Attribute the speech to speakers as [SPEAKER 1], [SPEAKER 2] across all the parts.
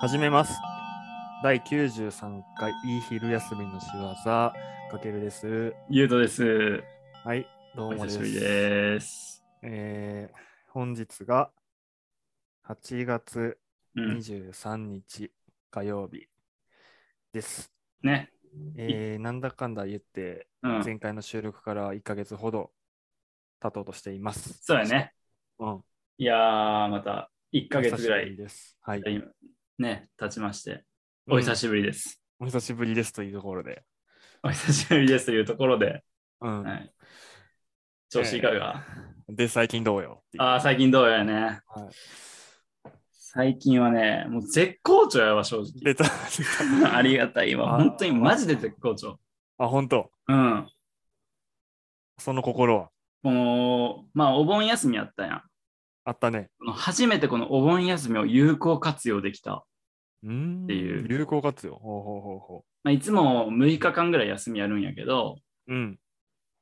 [SPEAKER 1] 始めます。第93回、いい昼休みの仕業、かけるです。
[SPEAKER 2] ゆうとです。
[SPEAKER 1] はい、ど
[SPEAKER 2] お
[SPEAKER 1] うも
[SPEAKER 2] 久
[SPEAKER 1] です。
[SPEAKER 2] しぶりです。
[SPEAKER 1] えー本日が8月
[SPEAKER 2] うん、
[SPEAKER 1] 23日火曜日です。
[SPEAKER 2] ね。
[SPEAKER 1] えーなんだかんだ言って、
[SPEAKER 2] うん。
[SPEAKER 1] 前回の収録から1ヶ月ほど経とうとしています。
[SPEAKER 2] そうや。ね。
[SPEAKER 1] うん。
[SPEAKER 2] いやー、また1ヶ月ぐら
[SPEAKER 1] お久しぶり
[SPEAKER 2] い、
[SPEAKER 1] です。はい。
[SPEAKER 2] 今ね、経ちまして、お久
[SPEAKER 1] うん
[SPEAKER 2] しぶりです。
[SPEAKER 1] お久しぶりですというところで。
[SPEAKER 2] お久しぶりですというところで、
[SPEAKER 1] うん。
[SPEAKER 2] はい、調子いかが、
[SPEAKER 1] で、最近どうよっていう
[SPEAKER 2] あー、最近どうやね。
[SPEAKER 1] はい
[SPEAKER 2] 最近はね、もう絶好調やわ、正
[SPEAKER 1] 出
[SPEAKER 2] 直。
[SPEAKER 1] た。出た
[SPEAKER 2] ありがたいわ。
[SPEAKER 1] あー
[SPEAKER 2] 本当にマジで絶好調。
[SPEAKER 1] あ、本当
[SPEAKER 2] うん。
[SPEAKER 1] その心は
[SPEAKER 2] この、まあ、お盆休みやったやん。
[SPEAKER 1] あったね。
[SPEAKER 2] この初めてこのお盆休みを有効活用できた。
[SPEAKER 1] うーん。
[SPEAKER 2] っていう
[SPEAKER 1] 有効活用。ほうほうほうほ
[SPEAKER 2] まあ、いつも6日間ぐらい休みやるんやけど、
[SPEAKER 1] う。うん。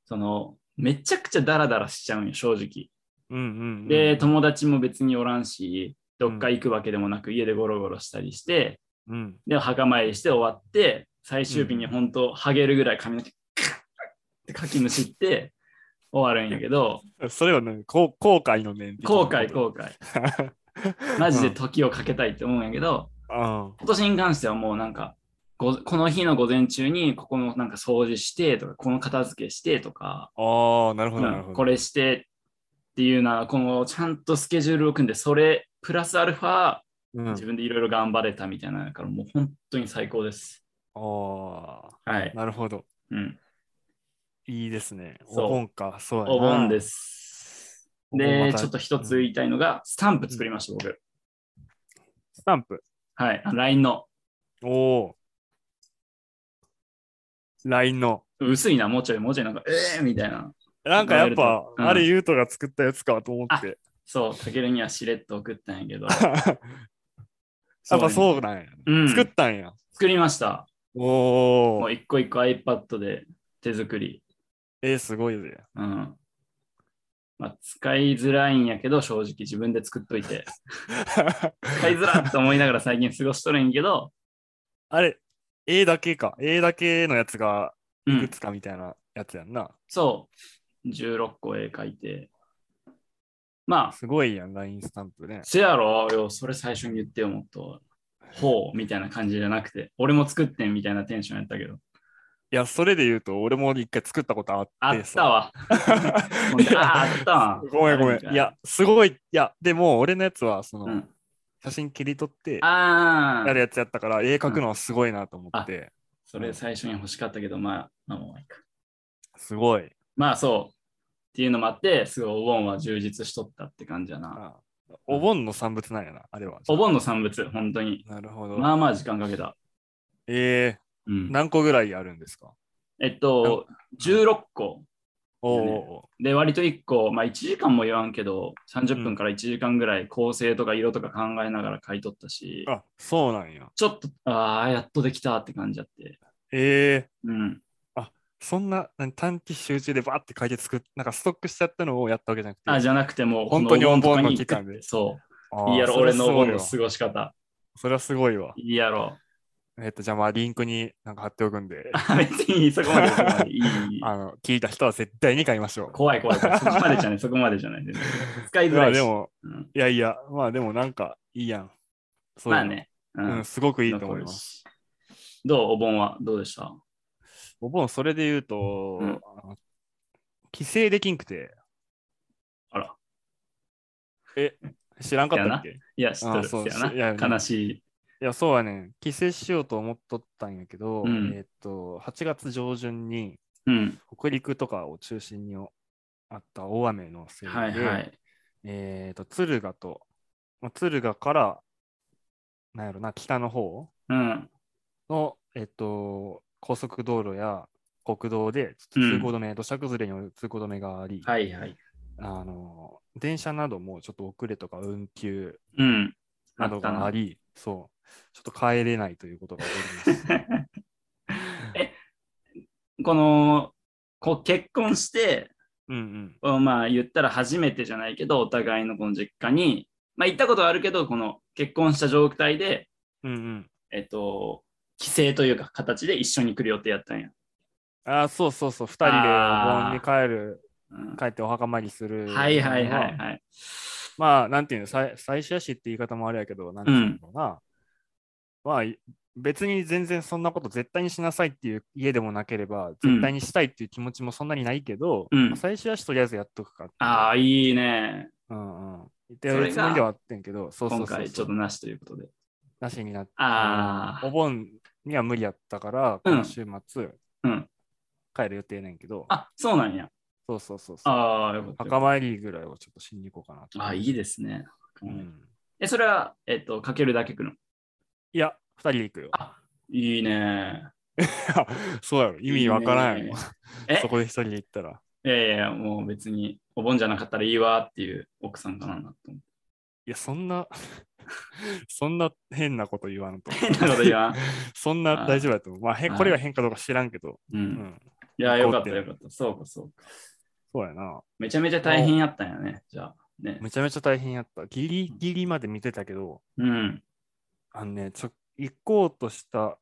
[SPEAKER 2] そのめちゃくちゃダラダラしちゃうんよ、正直。
[SPEAKER 1] うんうん、うん。
[SPEAKER 2] で、友達も別におらんし、どっか行くわけでもなく、家でゴロゴロしたりして、
[SPEAKER 1] うん。
[SPEAKER 2] で、墓参りして終わって、最終日に本当、ハゲるぐらい髪の毛、カッってかきむしって終わるんやけど、
[SPEAKER 1] それはね、こう後悔の念。
[SPEAKER 2] 後 悔、後悔。
[SPEAKER 1] 悔。
[SPEAKER 2] マジで時をかけたいって思うんやけど、
[SPEAKER 1] うん。
[SPEAKER 2] 今年に関してはもうなんか、ごこの日の午前中に、ここのなんか掃除してとか、この片付けしてとか、
[SPEAKER 1] ああ、なるほど、なるほ
[SPEAKER 2] う
[SPEAKER 1] ど。
[SPEAKER 2] んこれしてっていうのはこのちゃんとスケジュールを組んでそれプラスアルファ
[SPEAKER 1] うん、あ
[SPEAKER 2] 自分でいろいろ頑張れたみたいなだからもう本当に最高です
[SPEAKER 1] あ
[SPEAKER 2] はい
[SPEAKER 1] ー、、なるほど。
[SPEAKER 2] うん、
[SPEAKER 1] いいですね。
[SPEAKER 2] そう
[SPEAKER 1] お盆か、そうやな。。
[SPEAKER 2] お盆ですす
[SPEAKER 1] お盆ま
[SPEAKER 2] で
[SPEAKER 1] た
[SPEAKER 2] ちょっと一つ言いたいのがスタンプ作りました僕
[SPEAKER 1] スタンプ。
[SPEAKER 2] はいあ LINE の
[SPEAKER 1] おお。LINE の。
[SPEAKER 2] 薄いなもうちょいもうちょいなんかえーみたいな
[SPEAKER 1] なんかやっ
[SPEAKER 2] 言わ
[SPEAKER 1] ぱ
[SPEAKER 2] れ、るとうん
[SPEAKER 1] あれ、ゆうとが作ったやつかと思って。
[SPEAKER 2] そうたけるにはしれっと送った んやけど
[SPEAKER 1] やっぱ
[SPEAKER 2] う
[SPEAKER 1] そうなんや。
[SPEAKER 2] ね、うん、
[SPEAKER 1] 作
[SPEAKER 2] 作
[SPEAKER 1] ったんや。
[SPEAKER 2] りました
[SPEAKER 1] お
[SPEAKER 2] も
[SPEAKER 1] お
[SPEAKER 2] う。一個一個 iPad で手作り
[SPEAKER 1] えー、すごいね。
[SPEAKER 2] うん。まあ、使いづらいんやけど、正直自分で作っと いて。使いづらっと思いながら最近過ごしとるんやけど、
[SPEAKER 1] あれ、A だけか。A だけのやつが
[SPEAKER 2] う
[SPEAKER 1] いく
[SPEAKER 2] ん、
[SPEAKER 1] つかみたいなやつやんな。
[SPEAKER 2] そう。16個絵描いて。まあ、
[SPEAKER 1] すごいやん、LINE スタンプね。
[SPEAKER 2] せやろよ、それ最初に言ってよ、もっと。ほう、みたいな感じじゃなくて、俺も作ってんみたいなテンションやったけど。
[SPEAKER 1] いや、それで言うと、俺も一回作ったことあって
[SPEAKER 2] あった
[SPEAKER 1] さ。
[SPEAKER 2] わ。 ほんであーあったわ。
[SPEAKER 1] ごめんごめ
[SPEAKER 2] あるか
[SPEAKER 1] ん。いや、すごい。いや、でも俺のやつは、その、
[SPEAKER 2] うん
[SPEAKER 1] 写真切り取って、
[SPEAKER 2] あ
[SPEAKER 1] や
[SPEAKER 2] あ
[SPEAKER 1] る、やつやったから、絵描くのはすごいなと思って。
[SPEAKER 2] それ最初に欲しかったけど、まあ、まあ、もういいか。
[SPEAKER 1] すごい。
[SPEAKER 2] まあそう。っていうのもあって、すごいお盆は充実しとったって感じやな。
[SPEAKER 1] あお盆の産物なんやな、あれは。
[SPEAKER 2] お盆の産物、本当に。
[SPEAKER 1] なるほど。
[SPEAKER 2] まあまあ時間かけた。
[SPEAKER 1] え
[SPEAKER 2] う
[SPEAKER 1] ー、
[SPEAKER 2] ん、
[SPEAKER 1] 何個ぐらいあるんですか
[SPEAKER 2] えっと、16個。
[SPEAKER 1] おー
[SPEAKER 2] ね
[SPEAKER 1] お
[SPEAKER 2] で、割と1個、まあ1時間も言わんけど、30分から1時間ぐらい構成とか色とか考えながら書いとったし
[SPEAKER 1] ー、、あ、そうなんや。
[SPEAKER 2] ちょっと、ああ、やっとできたって感じやって。
[SPEAKER 1] えー、
[SPEAKER 2] うん。
[SPEAKER 1] そんな何短期集中でバーって書いて作っなんかストックしちゃったのをやったわけじゃなくて。
[SPEAKER 2] あじゃなくてもう、
[SPEAKER 1] 本当に
[SPEAKER 2] こ
[SPEAKER 1] お盆の
[SPEAKER 2] とかに
[SPEAKER 1] 期間で
[SPEAKER 2] そ
[SPEAKER 1] あ
[SPEAKER 2] う。
[SPEAKER 1] ー
[SPEAKER 2] いいやろ、
[SPEAKER 1] それ
[SPEAKER 2] 俺
[SPEAKER 1] は
[SPEAKER 2] のお盆の
[SPEAKER 1] す
[SPEAKER 2] 過ごし方。
[SPEAKER 1] ごいわ。それはすごいわ。
[SPEAKER 2] いいやろ。
[SPEAKER 1] えっと、じゃあまあリンクになんか貼っておくんで、
[SPEAKER 2] 別にそこまでそこまでいいいい。
[SPEAKER 1] あの、聞いた人は絶対に買いましょう。
[SPEAKER 2] 怖い怖い 怖い。そこまでじゃない、そこまでじゃない。全然使いづ
[SPEAKER 1] ま
[SPEAKER 2] ら
[SPEAKER 1] あ
[SPEAKER 2] いし。
[SPEAKER 1] でも、
[SPEAKER 2] うん
[SPEAKER 1] いやいや、まあでもなんかいいやん。そう
[SPEAKER 2] ま
[SPEAKER 1] いう
[SPEAKER 2] あ
[SPEAKER 1] の、
[SPEAKER 2] ね。う
[SPEAKER 1] うん。すごくいいと思います。
[SPEAKER 2] す。どうお盆はどうでした
[SPEAKER 1] お盆それで言うと、
[SPEAKER 2] う
[SPEAKER 1] あ
[SPEAKER 2] ん
[SPEAKER 1] の帰省できんくて。
[SPEAKER 2] あら。
[SPEAKER 1] え、知らんかったっけ
[SPEAKER 2] いや、知っと
[SPEAKER 1] あ
[SPEAKER 2] る
[SPEAKER 1] そう
[SPEAKER 2] せや
[SPEAKER 1] いや
[SPEAKER 2] な。悲しい。
[SPEAKER 1] いや、そうやねん。帰省しようと思っとったんやけど、
[SPEAKER 2] うん
[SPEAKER 1] えっと、8月上旬に
[SPEAKER 2] うん。
[SPEAKER 1] 北陸とかを中心にあった大雨のせいで、
[SPEAKER 2] はいはい。
[SPEAKER 1] えっと、敦賀と、まあ、敦賀から、なんやろな、北の方
[SPEAKER 2] うん。
[SPEAKER 1] の、えっと、高速道路や国道でちょっと通行止め、土砂崩れによる通行止めがあり、
[SPEAKER 2] はいはい。
[SPEAKER 1] あの、電車などもちょっと遅れとか運休
[SPEAKER 2] うん。
[SPEAKER 1] などがあり、そう、ちょっと帰れないということが起こりま した。
[SPEAKER 2] え、この、こう結婚して、
[SPEAKER 1] うんうん。
[SPEAKER 2] こうまあ言ったら初めてじゃないけど、お互いのこの実家に、まあ行ったことはあるけど、この結婚した状態で
[SPEAKER 1] うんうん。
[SPEAKER 2] えっと、帰省というか形で一緒に来る予定やったんや。
[SPEAKER 1] あーそうそうそう、2人でお盆に帰る、
[SPEAKER 2] うん
[SPEAKER 1] 帰ってお墓参りする。
[SPEAKER 2] はいはいはいはい。
[SPEAKER 1] まあ、なんていうの、再再写しって言い方もあれやけど、なんていうのかな。まあ、い別に全然そんなこと絶対にしなさいっていう家でもなければ、絶対にしたいっていう気持ちもそんなにないけど、
[SPEAKER 2] うん
[SPEAKER 1] まあ最初はしとりあえずやっとくかっていう。
[SPEAKER 2] ああ、いいね。
[SPEAKER 1] うんうん。って
[SPEAKER 2] それが
[SPEAKER 1] るつもりではあってんけど、そうそ
[SPEAKER 2] 今
[SPEAKER 1] うそう
[SPEAKER 2] 回ち
[SPEAKER 1] そ
[SPEAKER 2] ょっと
[SPEAKER 1] う。
[SPEAKER 2] なしということで。
[SPEAKER 1] なしになって。
[SPEAKER 2] あー
[SPEAKER 1] のお盆には無理やったから、
[SPEAKER 2] うん
[SPEAKER 1] 今週末、
[SPEAKER 2] うん
[SPEAKER 1] 帰る予定ねんけど、
[SPEAKER 2] あ、そうなんや。
[SPEAKER 1] そうそうそうそう。
[SPEAKER 2] ああ、よかったよか
[SPEAKER 1] 墓参りぐらいをちょっとしに行こうかな
[SPEAKER 2] った。ああ、い
[SPEAKER 1] い。
[SPEAKER 2] いですね。
[SPEAKER 1] うん、
[SPEAKER 2] え、それは、えっと、かけるだけくの。
[SPEAKER 1] いや、2人で行く よ。
[SPEAKER 2] いいね。
[SPEAKER 1] そうやろ、意味わからん
[SPEAKER 2] いい
[SPEAKER 1] よ
[SPEAKER 2] ね。 え
[SPEAKER 1] そこで一人で行ったら。
[SPEAKER 2] いやいやいや、もう別に、お盆じゃなかったらいいわっていう奥さんかなと 思って。
[SPEAKER 1] いや、そんな、 そんな変なこと言わんと。
[SPEAKER 2] 変なこと言わん。
[SPEAKER 1] そんな大丈夫だと思う。まあ、へ
[SPEAKER 2] あー
[SPEAKER 1] これが変かどうか知らんけど。
[SPEAKER 2] う。
[SPEAKER 1] うんん。
[SPEAKER 2] いや、よかっ
[SPEAKER 1] 怒って
[SPEAKER 2] た
[SPEAKER 1] る
[SPEAKER 2] よかった。そうかそうか。
[SPEAKER 1] そうやな。
[SPEAKER 2] めちゃめちゃ大変やったんやね。じゃあ。ね。
[SPEAKER 1] めちゃめちゃ大変やった。ギリギリまで見てたけど、
[SPEAKER 2] うん。
[SPEAKER 1] あのね、ちょ行こうとした、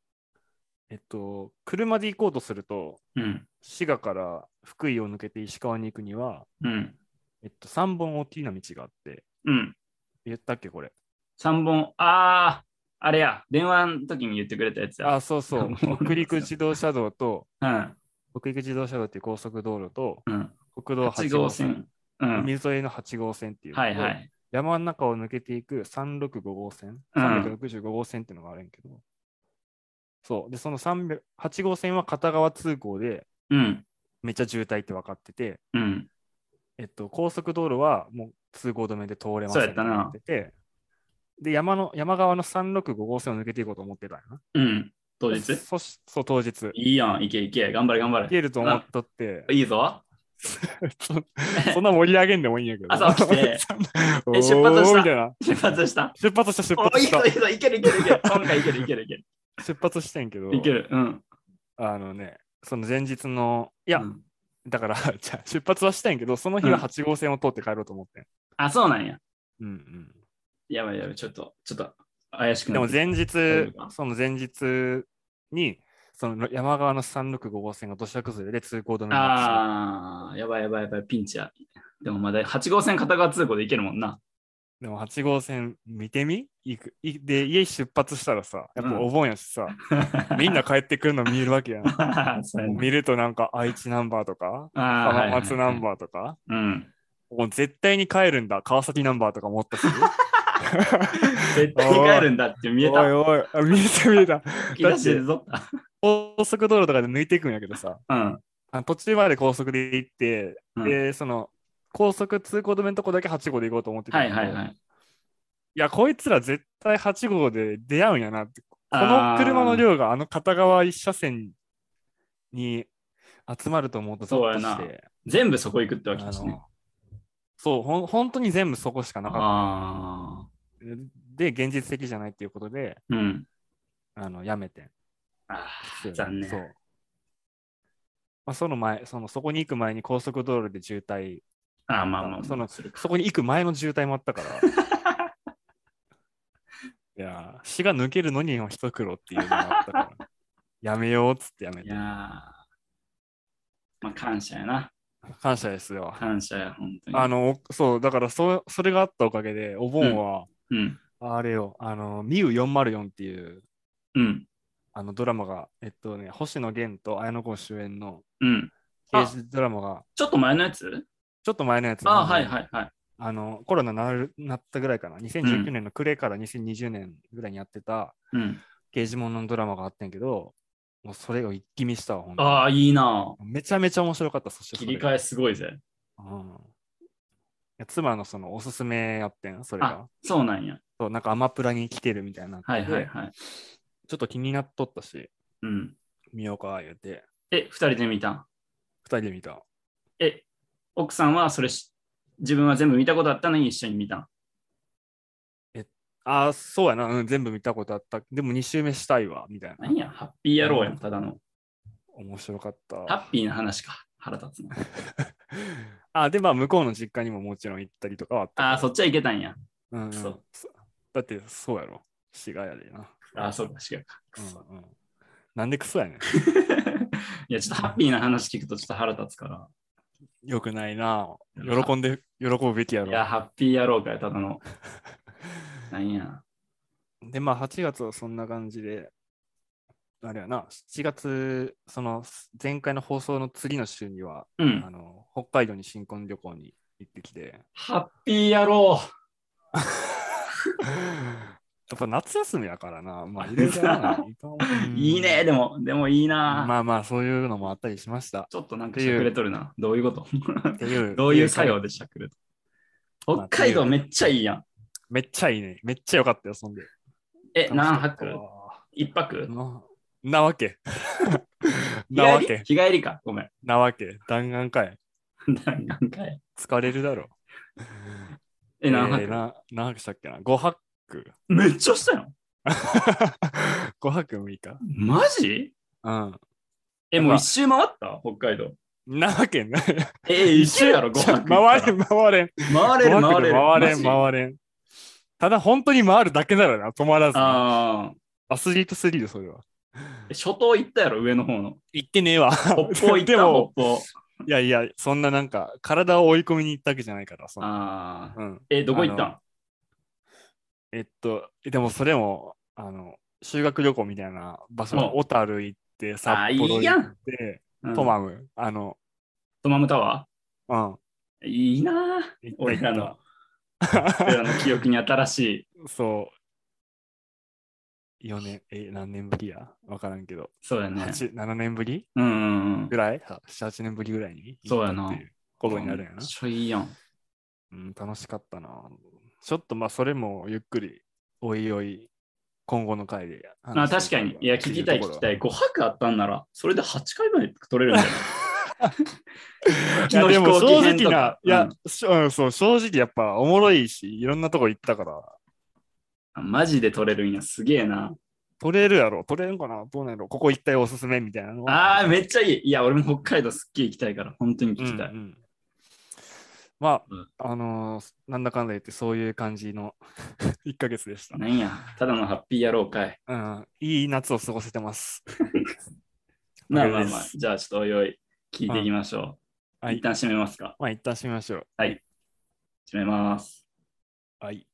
[SPEAKER 1] えっと、車で行こうとすると、
[SPEAKER 2] うん。
[SPEAKER 1] 滋賀から福井を抜けて石川に行くには、
[SPEAKER 2] うん。
[SPEAKER 1] えっと、3本大きな道があって、
[SPEAKER 2] うん。
[SPEAKER 1] 言ったっけ、これ。
[SPEAKER 2] 3本。ああ、あれや。電話の時に言ってくれたやつや。
[SPEAKER 1] あ、そう そう。
[SPEAKER 2] もう
[SPEAKER 1] 北陸自動車道と、
[SPEAKER 2] うん。
[SPEAKER 1] 北陸自動車道っていう高速道路と、
[SPEAKER 2] うん。
[SPEAKER 1] 国道
[SPEAKER 2] 8
[SPEAKER 1] 8
[SPEAKER 2] 号
[SPEAKER 1] 号線、
[SPEAKER 2] 線。うん。
[SPEAKER 1] 海沿いの8号線っていうのと、
[SPEAKER 2] はいはい。
[SPEAKER 1] 山の中を抜けていく365号線、
[SPEAKER 2] うん
[SPEAKER 1] 365号線っていうのがあるんやけど、そう、で、その300 8号線は片側通行で、
[SPEAKER 2] うん。
[SPEAKER 1] めっちゃ渋滞って分かってて、
[SPEAKER 2] うん。
[SPEAKER 1] えっと、高速道路はもう通行止めで通れません
[SPEAKER 2] そうやったな
[SPEAKER 1] ってなっててで山の、山側の365号線を抜けていこうと思ってたんやな。
[SPEAKER 2] うん。当日
[SPEAKER 1] そしそう、当日。
[SPEAKER 2] いいやん。いけいけ。頑張れ頑張
[SPEAKER 1] 行け
[SPEAKER 2] れ。
[SPEAKER 1] ると思っとって、
[SPEAKER 2] いいぞ。
[SPEAKER 1] そ そんな盛り上げんでもいいんやけど。
[SPEAKER 2] 朝起き て
[SPEAKER 1] そんな
[SPEAKER 2] え出発した
[SPEAKER 1] おーみたいな。
[SPEAKER 2] 出発した。
[SPEAKER 1] 出発した、出
[SPEAKER 2] お
[SPEAKER 1] 発
[SPEAKER 2] いい
[SPEAKER 1] した
[SPEAKER 2] ぞい。いぞ。いけるいけるいける。今回いけるいける いける。
[SPEAKER 1] 出発してんけど、
[SPEAKER 2] いける。うん。
[SPEAKER 1] あのね、その前日の、いや、
[SPEAKER 2] うん
[SPEAKER 1] だから、 じゃあ出発はしたんやけど、その日は
[SPEAKER 2] うん
[SPEAKER 1] 8号線を通って帰ろうと思ってん。
[SPEAKER 2] あ、そうなんや。
[SPEAKER 1] うんうん
[SPEAKER 2] やばいやばい。ちょっと、ちょっと、怪しく
[SPEAKER 1] で
[SPEAKER 2] なっ
[SPEAKER 1] も
[SPEAKER 2] てきた
[SPEAKER 1] 前
[SPEAKER 2] 大
[SPEAKER 1] 日
[SPEAKER 2] 丈夫か、
[SPEAKER 1] その前日に、その山側の365号線が土砂崩れで通行止めになってしまう
[SPEAKER 2] ああ、やばいやばいやばい、ピンチや。でもまだ8号線片側通行で行けるもんな。
[SPEAKER 1] でも8号線見てみ行くいで、家出発したらさ、やっ
[SPEAKER 2] うん
[SPEAKER 1] ぱお盆やし さ、みんな帰ってくるの見えるわけやん。も
[SPEAKER 2] そうや
[SPEAKER 1] う
[SPEAKER 2] な
[SPEAKER 1] 見るとなんか愛知ナンバーとか、
[SPEAKER 2] あーはい
[SPEAKER 1] 浜
[SPEAKER 2] はいはい
[SPEAKER 1] 松ナンバーとか、
[SPEAKER 2] うん。
[SPEAKER 1] もう絶対に帰るんだ、川崎ナンバーとか持ったし。
[SPEAKER 2] 絶対に帰るんだって見え
[SPEAKER 1] おい
[SPEAKER 2] た。
[SPEAKER 1] おい、あ見えた見えた。
[SPEAKER 2] 吹き出してるぞ。
[SPEAKER 1] 高速道路とかで抜いていくんやけどさ、
[SPEAKER 2] うん。
[SPEAKER 1] あ途中まで高速で行って、
[SPEAKER 2] うん
[SPEAKER 1] で、その、高速通行止めのとこだけ8号で行こうと思ってたん
[SPEAKER 2] は
[SPEAKER 1] や
[SPEAKER 2] い
[SPEAKER 1] けど。
[SPEAKER 2] はいはい。
[SPEAKER 1] いや、こいつら絶対8号で出会うんやなって。こ
[SPEAKER 2] あ
[SPEAKER 1] の
[SPEAKER 2] ー
[SPEAKER 1] 車の量があの片側一車線に集まると思うとゾッとし
[SPEAKER 2] そうや
[SPEAKER 1] て。
[SPEAKER 2] 全部そこ行くってわけ
[SPEAKER 1] あ
[SPEAKER 2] ですね。
[SPEAKER 1] のそう、ほん本当に全部そこしかなかっ
[SPEAKER 2] ああ
[SPEAKER 1] た。で、現実的じゃないっていうことで、
[SPEAKER 2] ー。うん。
[SPEAKER 1] あの、やめてん。
[SPEAKER 2] あー残
[SPEAKER 1] そ
[SPEAKER 2] 念。
[SPEAKER 1] う。まあ、その前、そのそこに行く前に高速道路で渋滞、
[SPEAKER 2] あーまあまあまあ、
[SPEAKER 1] その
[SPEAKER 2] するか
[SPEAKER 1] そこに行く前の渋滞もあったから。 いやー、死が抜けるのにも一苦労っていうのがあったから。やめようっつってやめ
[SPEAKER 2] い
[SPEAKER 1] て
[SPEAKER 2] やー。まあ感謝やな。
[SPEAKER 1] 感謝ですよ。
[SPEAKER 2] 感謝や、本当に。
[SPEAKER 1] あの、おそう、だからそそれがあったおかげで、お盆は、
[SPEAKER 2] うん。
[SPEAKER 1] あれよ、あの、ミウ404っていう
[SPEAKER 2] うん。
[SPEAKER 1] あのドラマが、えっとね、星野源と綾野剛主演の
[SPEAKER 2] うん。
[SPEAKER 1] 刑事ドラマが、
[SPEAKER 2] ちょっと前のやつ
[SPEAKER 1] ちょっと前のやつ
[SPEAKER 2] あ
[SPEAKER 1] な
[SPEAKER 2] あ、
[SPEAKER 1] んで
[SPEAKER 2] はいはいはい。
[SPEAKER 1] あのコロナなるなったぐらいかな、2019年の暮れから2020年ぐらいにやってた
[SPEAKER 2] うん。
[SPEAKER 1] 刑事物のドラマがあったんやけど、もうそれを一気見したわ、ほんと
[SPEAKER 2] ああ、いいな。
[SPEAKER 1] めちゃめちゃ面白かった、そしてそ
[SPEAKER 2] 切
[SPEAKER 1] れ
[SPEAKER 2] り替えすごいぜ。
[SPEAKER 1] うんいや妻のそのおすすめやってん、それ
[SPEAKER 2] あ
[SPEAKER 1] が。、
[SPEAKER 2] そうなんや。
[SPEAKER 1] そうなんかアマプラに来てるみたいな。
[SPEAKER 2] はいはい
[SPEAKER 1] で
[SPEAKER 2] はい。
[SPEAKER 1] ちょっと気になっとったし、
[SPEAKER 2] うん。
[SPEAKER 1] 見ようか言うて、
[SPEAKER 2] え、二人で見たん
[SPEAKER 1] 2人で見た。
[SPEAKER 2] え、奥さんはそれし、自分は全部見たことあったのに一緒に見たん
[SPEAKER 1] ああ、そうやな、うん、全部見たことあった。でも2周目したいわ、みたいな
[SPEAKER 2] 何。や、ハッピー野郎やん、ただの。
[SPEAKER 1] 面白かった。
[SPEAKER 2] ハッピーな話か、腹立つな。
[SPEAKER 1] あーで、まあ、向こうの実家にももちろん行ったりとかはあった
[SPEAKER 2] ああ、そっちはいけたんや。
[SPEAKER 1] うんうん
[SPEAKER 2] そう
[SPEAKER 1] そだってそうやろ。滋賀やでな。
[SPEAKER 2] あ、そうか、違うか。くそ
[SPEAKER 1] うんうんなんでクソやねん。
[SPEAKER 2] いや、ちょっとハッピーな話聞くとちょっと腹立つから。
[SPEAKER 1] よくないな。喜んで、喜ぶべきや
[SPEAKER 2] いや、
[SPEAKER 1] ろ。
[SPEAKER 2] ハッピー野郎かよ、た だの。なんや。
[SPEAKER 1] で、まあ、8月はそんな感じで、あれやな、7月、その前回の放送の次の週には、
[SPEAKER 2] うん
[SPEAKER 1] あ。の北海道に新婚旅行に行ってき て、
[SPEAKER 2] ハッピー野郎。
[SPEAKER 1] やっぱ夏休みやからな、 まあ、いろいろやな
[SPEAKER 2] いいね、で
[SPEAKER 1] も。
[SPEAKER 2] も、でもいいな。
[SPEAKER 1] まあまあ、そういうのもあったりしました。
[SPEAKER 2] ちょっとなんかしゃくれとるな。どういうこと
[SPEAKER 1] っていう
[SPEAKER 2] どういう作業でしゃくれと
[SPEAKER 1] ま
[SPEAKER 2] る
[SPEAKER 1] あ
[SPEAKER 2] 北海道めっちゃいいやん。
[SPEAKER 1] めっちゃいいね。めっちゃよかったよ、そんで。
[SPEAKER 2] え、何泊
[SPEAKER 1] 楽しか
[SPEAKER 2] 一
[SPEAKER 1] った
[SPEAKER 2] 泊
[SPEAKER 1] わななわ け。
[SPEAKER 2] 日
[SPEAKER 1] なわ
[SPEAKER 2] 帰
[SPEAKER 1] け。
[SPEAKER 2] り日帰りか。ごめん。
[SPEAKER 1] なわけ。弾丸かい。
[SPEAKER 2] 何回
[SPEAKER 1] 疲れるだろ。
[SPEAKER 2] え、何泊、
[SPEAKER 1] えーな何泊したっけな ?5 泊。
[SPEAKER 2] めっちゃしたよ。
[SPEAKER 1] 5泊6日。
[SPEAKER 2] マジ
[SPEAKER 1] うん。
[SPEAKER 2] え、もう一周回った北海道。
[SPEAKER 1] なわけない。
[SPEAKER 2] え、一周やろ、ご
[SPEAKER 1] ちょ
[SPEAKER 2] 飯
[SPEAKER 1] 回れん、回れん。
[SPEAKER 2] 回れ
[SPEAKER 1] 5
[SPEAKER 2] る、回
[SPEAKER 1] 泊で
[SPEAKER 2] れ
[SPEAKER 1] 回
[SPEAKER 2] る。
[SPEAKER 1] れん、
[SPEAKER 2] マジ
[SPEAKER 1] 回れん。ただ、本当に回るだけならな、止まらずな。
[SPEAKER 2] あ
[SPEAKER 1] アスリートすぎる、それは。
[SPEAKER 2] あ。え初頭行ったやろ、上の方の。
[SPEAKER 1] 行ってね えわ。
[SPEAKER 2] 北方行った、
[SPEAKER 1] で
[SPEAKER 2] 北
[SPEAKER 1] も、
[SPEAKER 2] 方。
[SPEAKER 1] いやいや、そんななんか、体を追い込みに行ったわけじゃないから、そんな
[SPEAKER 2] ああ。
[SPEAKER 1] うん。
[SPEAKER 2] え、どこ行ったん
[SPEAKER 1] えっと、でもそれも、あの、修学旅行みたいな場所
[SPEAKER 2] うん、
[SPEAKER 1] 小樽行って、札
[SPEAKER 2] あー
[SPEAKER 1] 幌
[SPEAKER 2] いいや
[SPEAKER 1] 行
[SPEAKER 2] ん
[SPEAKER 1] って、
[SPEAKER 2] うん
[SPEAKER 1] トマム、あの、
[SPEAKER 2] トマムタワ
[SPEAKER 1] うん、
[SPEAKER 2] ーいいなぁ。
[SPEAKER 1] 行った
[SPEAKER 2] 俺ら
[SPEAKER 1] 行
[SPEAKER 2] の
[SPEAKER 1] っ、
[SPEAKER 2] 俺らの記憶に新しい。
[SPEAKER 1] た。そう。4年、え、何年ぶりやわからんけど、
[SPEAKER 2] そうやね。
[SPEAKER 1] 八7年ぶり
[SPEAKER 2] うんうんうん
[SPEAKER 1] ぐ。らい ?7、8年ぶりぐらいに
[SPEAKER 2] そうやな
[SPEAKER 1] 行ったっていうことになるんや
[SPEAKER 2] め
[SPEAKER 1] な
[SPEAKER 2] っ。ちゃいいやん。
[SPEAKER 1] うん、楽しかったな。ちょっとまあ、それもゆっくり、おいおい、今後の回で
[SPEAKER 2] あ
[SPEAKER 1] 話
[SPEAKER 2] 確
[SPEAKER 1] して
[SPEAKER 2] か
[SPEAKER 1] いこうか。
[SPEAKER 2] に
[SPEAKER 1] な。
[SPEAKER 2] いや、聞きたい、
[SPEAKER 1] って
[SPEAKER 2] 聞
[SPEAKER 1] うと
[SPEAKER 2] き
[SPEAKER 1] ころ
[SPEAKER 2] たい。5 泊あったんなら、それで8回まで取れるんだよ。
[SPEAKER 1] いや
[SPEAKER 2] 昨日
[SPEAKER 1] でも
[SPEAKER 2] 飛
[SPEAKER 1] 正
[SPEAKER 2] 行機編
[SPEAKER 1] 直
[SPEAKER 2] と
[SPEAKER 1] な
[SPEAKER 2] か、
[SPEAKER 1] いや、しうん、そう、正直やっぱおもろいし、いろんなとこ行ったから、
[SPEAKER 2] あマジで取れるんや、すげえな。
[SPEAKER 1] 取れるやろ、取れるんかな、どうなんやろ、ここ行ったよ、おすすめみたいなの
[SPEAKER 2] あー、めっちゃいい。いや、俺も北海道すっげえ行きたいから、本当に聞きたい。
[SPEAKER 1] うんうんまあ、
[SPEAKER 2] うん
[SPEAKER 1] あのーなんだかんだ言って、そういう感じの 1ヶ月でした。
[SPEAKER 2] なんや、ただのハッピー野郎かい。
[SPEAKER 1] うん、いい夏を過ごせてます。
[SPEAKER 2] まあ
[SPEAKER 1] 了
[SPEAKER 2] ま
[SPEAKER 1] 解
[SPEAKER 2] あ
[SPEAKER 1] です
[SPEAKER 2] まあ、じゃあちょっとおいおい、聞いていきましょう。
[SPEAKER 1] はい
[SPEAKER 2] 一、旦閉めますか。
[SPEAKER 1] まあ、一旦閉めましょう。
[SPEAKER 2] 閉めます。
[SPEAKER 1] はい。